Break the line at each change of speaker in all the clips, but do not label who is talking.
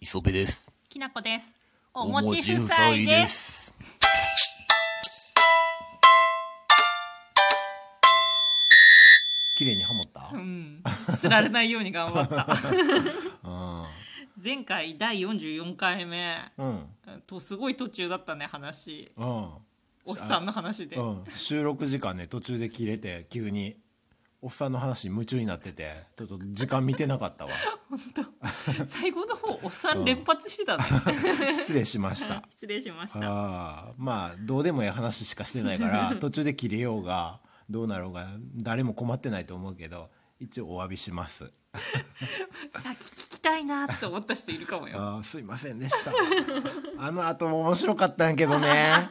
磯部です。
きなこです。お餅夫妻です。
す。綺麗にハモった。
うん、すられないように頑張った。
う
前回第44回目
ん。うん。
とすごい途中だったね話。
うん。
おっさんの話で。
うん。収録時間ね、途中で切れて、急に。おっさんの話に夢中になってて、ちょっと時間見てなかった わ。
最後の方おっさん連発してたね。
失礼しま した。
失礼しました。
ああ、まあ、どうでもいい話しかしてない から、途中で切れようが。どうなろうが、誰も困ってないと思うけど、一応お詫びします。
先聞きたいなって思った人いるかもよ。
あーすいませんでした あの後も面白かったんやけどね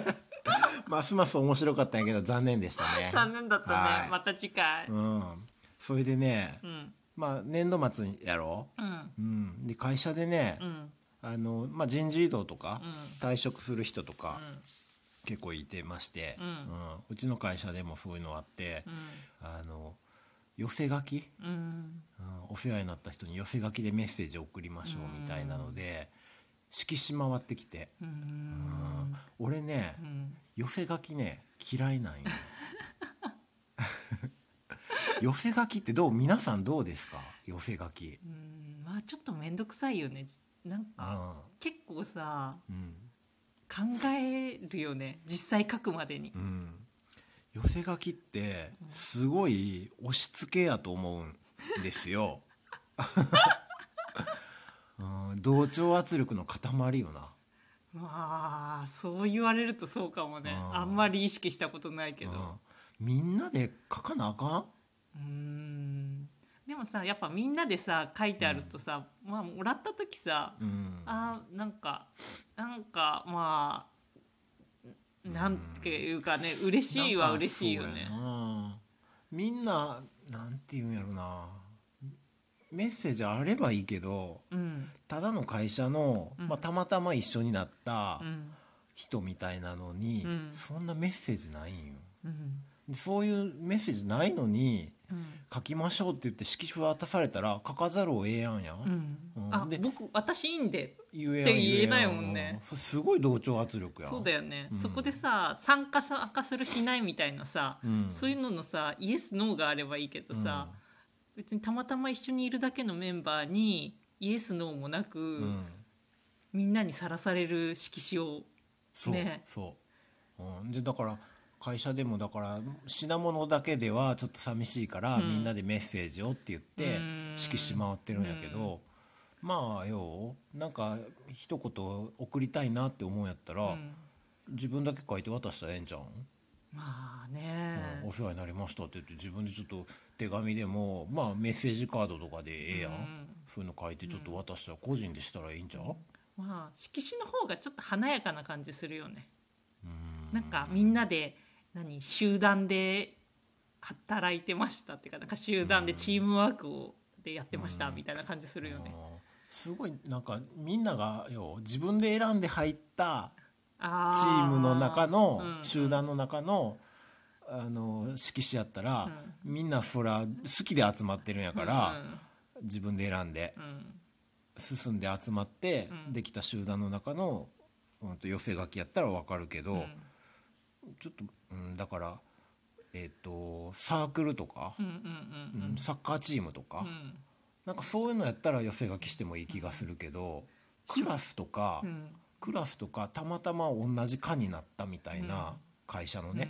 ますます面白かったんやけど残念でしたね
残念だった
は
ね。
い
また次回。
うんそれでね
うん
まあ年度末にやろ
うん
う、うん、で会社でね、
うん
あのまあ、人事異動とか、
うん
退職する人とか、
うん
結構いてまして、
うん
んうちの会社でもそういうのあって、
う
あの寄せ書き、
んうん
うんお世話になった人に寄せ書きでメッセージを送りましょうみたいなので、色紙回ってきて。
うん
うん俺ね、
うん
寄せ書きね嫌いなんよ 寄せ書きってどう皆さんどうですか寄せ書き
うんまあちょっと面倒くさいよね。じなんか
あ
結構さ。
うん
考えるよね実際書くまでに
う、ん寄せ書きってすごい押し付けやと思うんですよ、 うん、同調圧力の塊よな
まあそう言われるとそうかもね
あー
あんまり意識したことないけど
うんみんなで書かなあかん
うーんでもさやっぱみんなでさ書いてあるとさ、まあもらった時さ、
うん
あーなんかなんかまあなんていうかね嬉しいは嬉しいよ
なんか
ね
そうやなみんななんて言うんやろなメッセージあればいいけど
うん
ただの会社の、
うん
まあ、たまたま一緒になった
うん
人みたいなのに、
うん
そんなメッセージないんよ
うん
でそういうメッセージないのに
うん
書きましょうって言って色紙渡されたら書かざるをええやんやん、
うん、
う
あ
んで
僕私いいんで
言えやん
って言えない
や
もんね
うそれすごい同調圧力やん
そうだよね、
うん
そこでさ参加参加するしないみたいなさ、
うん
そういうののさイエスノーがあればいいけどさ、別にたまたま一緒にいるだけのメンバーにイエスノーもなく、
うんうん
みんなにさらされる色紙を
そう、
ね
そう、うん、でだから会社でもだから品物だけではちょっと寂しいから、
うん
みんなでメッセージをって言って
うん
色紙回ってるんやけど、まあようなんか一言送りたいなって思うんやったら、
うん
自分だけ書いて渡したらええんちゃうん、
まあね、
うんお世話になりましたって言って自分でちょっと手紙でもまあメッセージカードとかでええやん、
うん
そういうの書いてちょっと渡したら個人でしたらええんちゃう、
まあ色紙の方がちょっと華やかな感じするよね、
うん
なんかみんなで何集団で働いてましたっていうかなんか集団でチームワークをでやってましたみたいな感じするよね、
あーすごいなんかみんながよ自分で選んで入った
あ
チームの中の
うん
集団の中のあの色紙やったら、みんなそら好きで集まってるんやから、自分で選んで
うんうん
進んで集まって、
うん
できた集団の中の、うん、と寄せ書きやったら分かるけど、
うん
ちょっと、うん、だから、えっとサークルとか、
うんうんうん
うんサッカーチームとか。
うん
なんかそういうのやったら寄せ書きしてもいい気がするけど、クラスとか、
うん
クラスとかたまたま同じ科になったみたいな会社のね、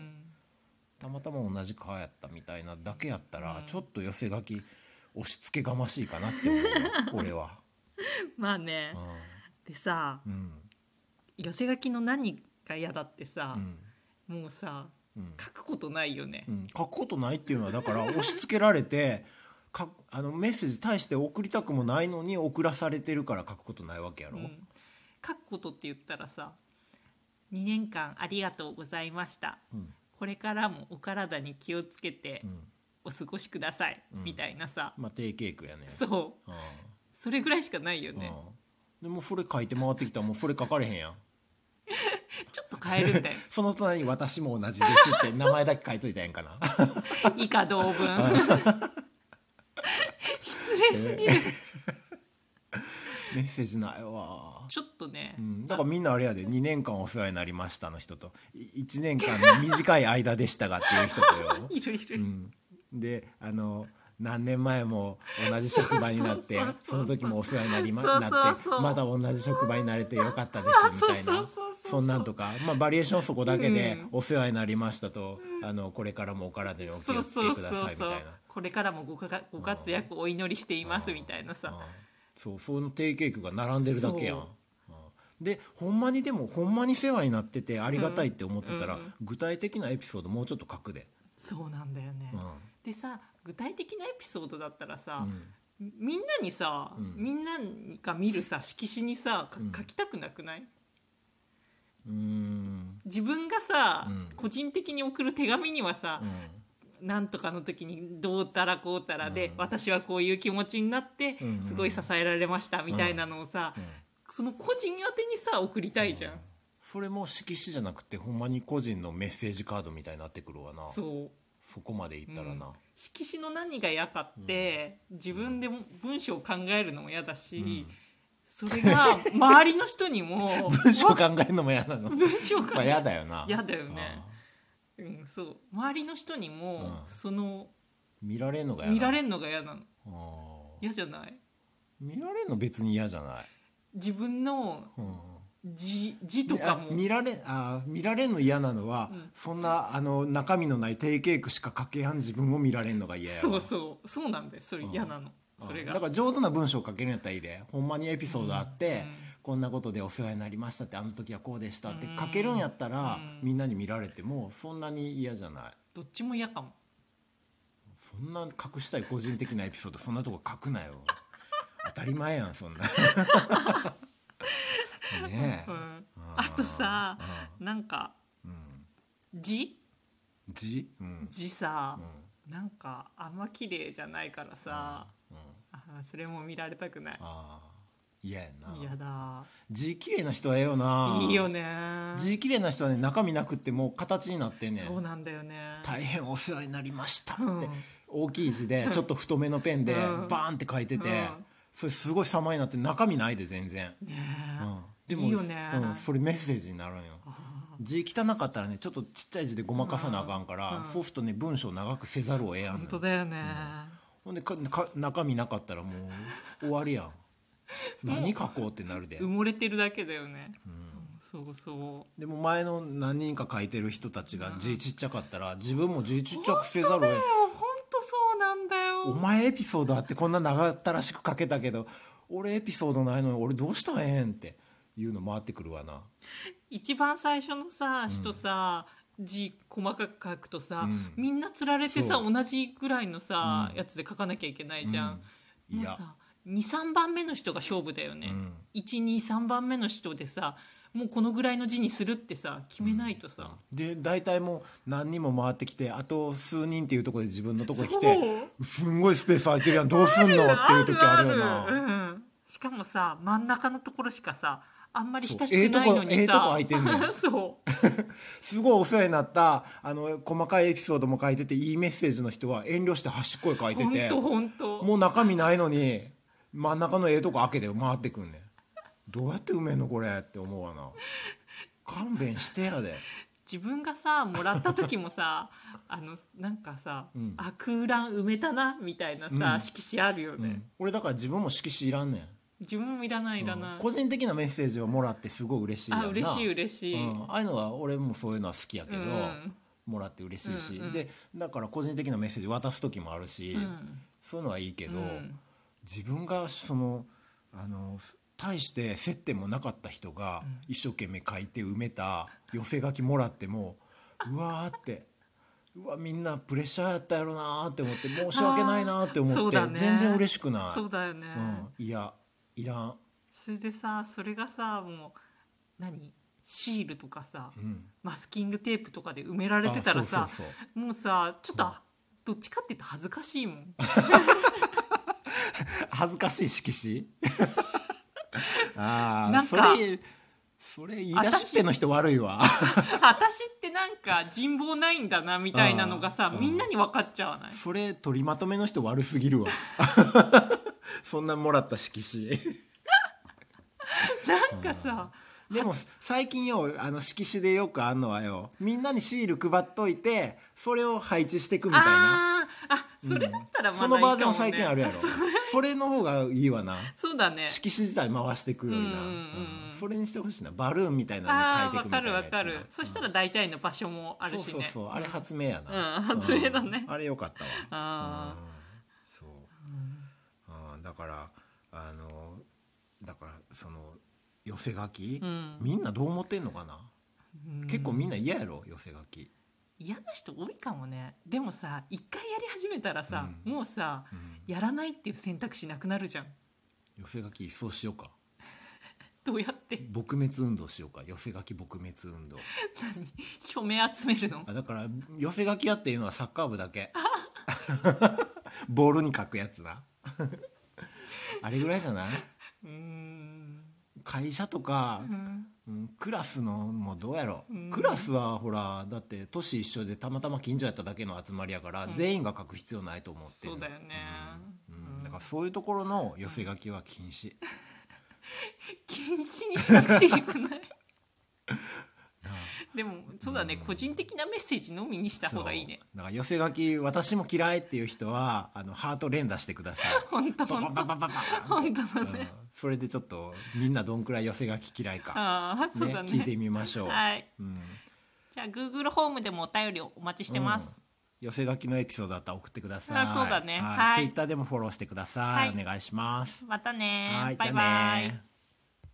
たまたま同じ科やったみたいなだけやったら、
うん
ちょっと寄せ書き押し付けがましいかなって思うよ俺 は。
うんまあねでさ
うん
寄せ書きの何が嫌だってさ
う、ん
もうさ
うん
書くことないよね
う、ん、書くことないっていうのはだから押し付けられて かあのメッセージ対して送りたくもないのに送らされてるから書くことないわけやろ。
うん書くことって言ったらさ2年間ありがとうございました
うん
これからもお体に気をつけて
うん
お過ごしください、
うん
みたいなさ、
まあ定型句やね。
そう
うん
それぐらいしかないよね、
うん、でもそれ書いて回ってきたらもうそれ書かれへんやん
ちょっと変えるんだよ
その隣に「私も同じ です」って名前だけ書いといたらええんかな
以下同文失礼すぎる
メッセージないわ。
ちょっとね、、
うん、だからみんなあれやで2年間お世話になりましたの人と1年間の短い間でしたがっていう人とよ
いるいる、
うん、であの何年前も同じ職場になって
そうそうそうそう
その時もお世話になりま
そうそうそう
なってまだ同じ職場になれてよかったですみたい
そうそ
な
うそうそう
そんなんとか、まあ、バリエーションそこだけで
うん
お世話になりましたと、あのこれからもお体にお気
そ
を
う
つけ
そう
くだ
そ
さいうみ
そ
た
う
いな。
これからもごかご活躍お祈りしていますみたいなさ
うんそうその定型句が並んでるだけやん、
そう
うんでほんまにでもほんまに世話になっててありがたいって思ってたら、
うんうん
具体的なエピソードもうちょっと書くで、
そうなんだよね、
うん
でさ具体的なエピソードだったら
う
さ、
ん
みんなにさ、
うん
みんなが見るさ色紙にさか
うん
書きたくなくない、
うーん
自分がさ、
うん
個人的に送る手紙にはさ
う、ん
なんとかの時にどうたらこうたらで、
うん
私はこういう気持ちになって、
うん
すごい支えられましたみたいなのをさ、
うん
その個人宛てにさ送りたいじゃん、
うんそれも色紙じゃなくてほんまに個人のメッセージカードみたいになってくるわなそ
そう
こまでいったらな、
うん色紙の何が嫌かって、自分でも文章を考えるのも嫌だし、
うん
それが周りの人に も
文章考えるのも嫌 なの
文章を考
まあ
え
嫌だよな
嫌だよね
ああ
うん、そう周りの人にも、
うん
その
見られんのが嫌な
見られんのが嫌なの
ああ
嫌じゃない
見られんの別に嫌じゃない、
自分の
うん
字字とか
あ
も
見られあ見られんの嫌なのは、
うん
そんなあの中身のない定型句しか書けやん自分を見られんのが嫌やわ
そうそうそうなんだよそれ
うん
嫌なの、
うん
それが
だから上手な文章書けるんやったらいいでほんまにエピソードあって、
うん
こんなことでお世話になりましたってあの時はこうでしたって
うん
書けるんやったら、
うん
みんなに見られてもそんなに嫌じゃない
どっちも嫌かも
そんな隠したい個人的なエピソードそんなとこ書くなよ 当たり前やん そんなねえ、
うん
うん
あとさ、
う
なんか
んうん
字
字うん
字さ
うん、
なんかあんま綺麗じゃないからさ、
うん
あーそれも見られたくない
ああ嫌やな
嫌だ
字綺麗な人はええよない
いよ
ね
ね
字綺麗な人はね中身なくってもう形になってんねん
そうなんだよね
大変お世話になりましたって、
うん
大きい字でちょっと太めのペンで
うん
バーンって書いてて、
うん
それすごい様になって中身ないで全然、
ね
う
え、
ん、で
いいよね
うん、それメッセージになるんよ
あ
字汚かったらねちょっとちっちゃい字でごまかさなあかんから、
うん
そうするとね文章長くせざるを得やんの
ー本
よ
当だよね、
ほんでかか中身なかったらもう終わりや ん何書こうってなるで、
埋もれてるだけだよね、
うん
そうそ
でも前の何人か書いてる人たちが字ちっちゃかったら自分も字ちっちゃくせざるを得な
う
い
ほんとそうなんだ
お
よ
前エピソードあってこんな長ったらしく書けたけど俺エピソードないのに俺どうしたらええんっていうの回ってくるわな
一番最初のさ人さ、字細かく書くとさ、
うん
みんなつられてさ
そ
同じぐらいのさ、
うん
やつで書かなきゃいけないじゃん、
うんい
もう
や
さ23番目の人が勝負だよね、
うん
123番目の人でさもうこのぐらいの字にするってさ決めないとさ、
で大体もう何人も回ってきてあと数人っていうところで自分のとこ来
そ
て
う
すんごいスペース空いてるやんどうすんのっていう時あるよな
あるあるうん、しかもさ真ん中のところしかさあんまり親
そうえ
し
え
く
と
な
こ
いのにさ、
ええとこ空いてんのよ
そう
すごいお世話になったあの細かいエピソードも書いてていいメッセージの人は遠慮して端っこへ書いて
本
て
当本当
もう中身ないのに真ん中のええとこ開けて回ってくんねんどうやって埋めんのこれって思うわな勘弁してやで
自分がさもらった時もさ あのなんかさ、
うん
あ空欄埋めたなみたいなさ、
うん
色紙あるよね、
俺だから自分も色紙いらんねん
自分もいらないいらない、
うん個人的なメッセージをもらってすごい嬉しいやん
あ
な
嬉しい嬉しい、
うんああいうのは俺もそういうのは好きやけど、
うん
もらって嬉しいし、
うんうん
でだから個人的なメッセージ渡す時もあるし、
うん
そういうのはいいけど、
うん
自分がそのあの対して接点もなかった人が
うん
一生懸命書いて埋めた寄せ書きもらってもうわーってうわみんなプレッシャーやったやろなーって思って申し訳ないなーって思
あーそう
って
だね
全然嬉しくない
そうだよね、
うん、いやいらん、
それでさそれがさもう何シールとかさ、
うん、
マスキングテープとかで埋められてたらさ
あそうそうそう
もうさちょっとあどっちかって言うと恥ずかしいもん
恥ずかしい色紙 あ
な
あ
ん
そ
か
れそれ言い出しっぺの人悪いわ
私ってなんか人望ないんだなみたいなのがさ
あー
みんなに分かっちゃわない
それ取り まとめの人悪すぎるわそんなもらった色紙
なんかさ、
でも最近よあの色紙でよくあんのはよみんなにシール配っといてそれを配置していくみたいな
あーあそれだったらまだ
そのバージョン
いい
最
かもね
近あるやろ
そう
それの方がいいわな
そうだね
色紙自体回していくよりな、
うんうんうん
うんそれにしてほしいなバルーンみたいな
あ
の
あ
に変え
わ
ていくみた
か
いな
る
や
わ
つな
かるそしたら大体の場所もあるしね
そうそうそうあれ発明やな、
うん 発明だね
うんあれよかったわ
あ
うんそう、うん、だからあのだからその寄せ書き、
うん
みんなどう思ってんのかな、
うん
結構みんな嫌やろ寄せ書き、
嫌な人多いかもねでもさ一回やり始めたらさ、
うん
もうさ
うん
やらないっていう選択肢なくなるじゃん
寄せ書き一掃しようか
どうやって
撲滅運動しようか寄せ書き撲滅運動
何署名集めるの
あだから寄せ書きやっていうのはサッカー部だ けボールに書くやつなあれぐらいじゃないう
ーん
会社とか
う、ん
うんクラスのもうどうやろ
うん
クラスはほらだって年一緒でたまたま近所やっただけの集まりやから、
うん
全員が書く必要ないと思ってる
そうだよね
うんうんだからそういうところの寄せ書きは禁止、
禁止にしなくてよ くない
なあ
でもそうだね、
うん
個人的なメッセージのみにした方がいいね
そうだから寄せ書き私も嫌いっていう人はあのハート連打してくださ い
本当
パ
本
パ
当
パパパパ
本当
うん
だね、
それでちょっとみんなどんくらい寄せ書き嫌いか、
ああそう
ね
だね
聞いてみましょう、
はい
うん、
じゃあ Google ホームでもお便りをお待ちしてます、
寄せ書きのエピソードあったら送ってください
あそうだ
は
ね
い
はい
ツイッターでもフォローしてください、
はい
お願いします
またね
はい
バイ
じゃ
バ
あ
イ
ね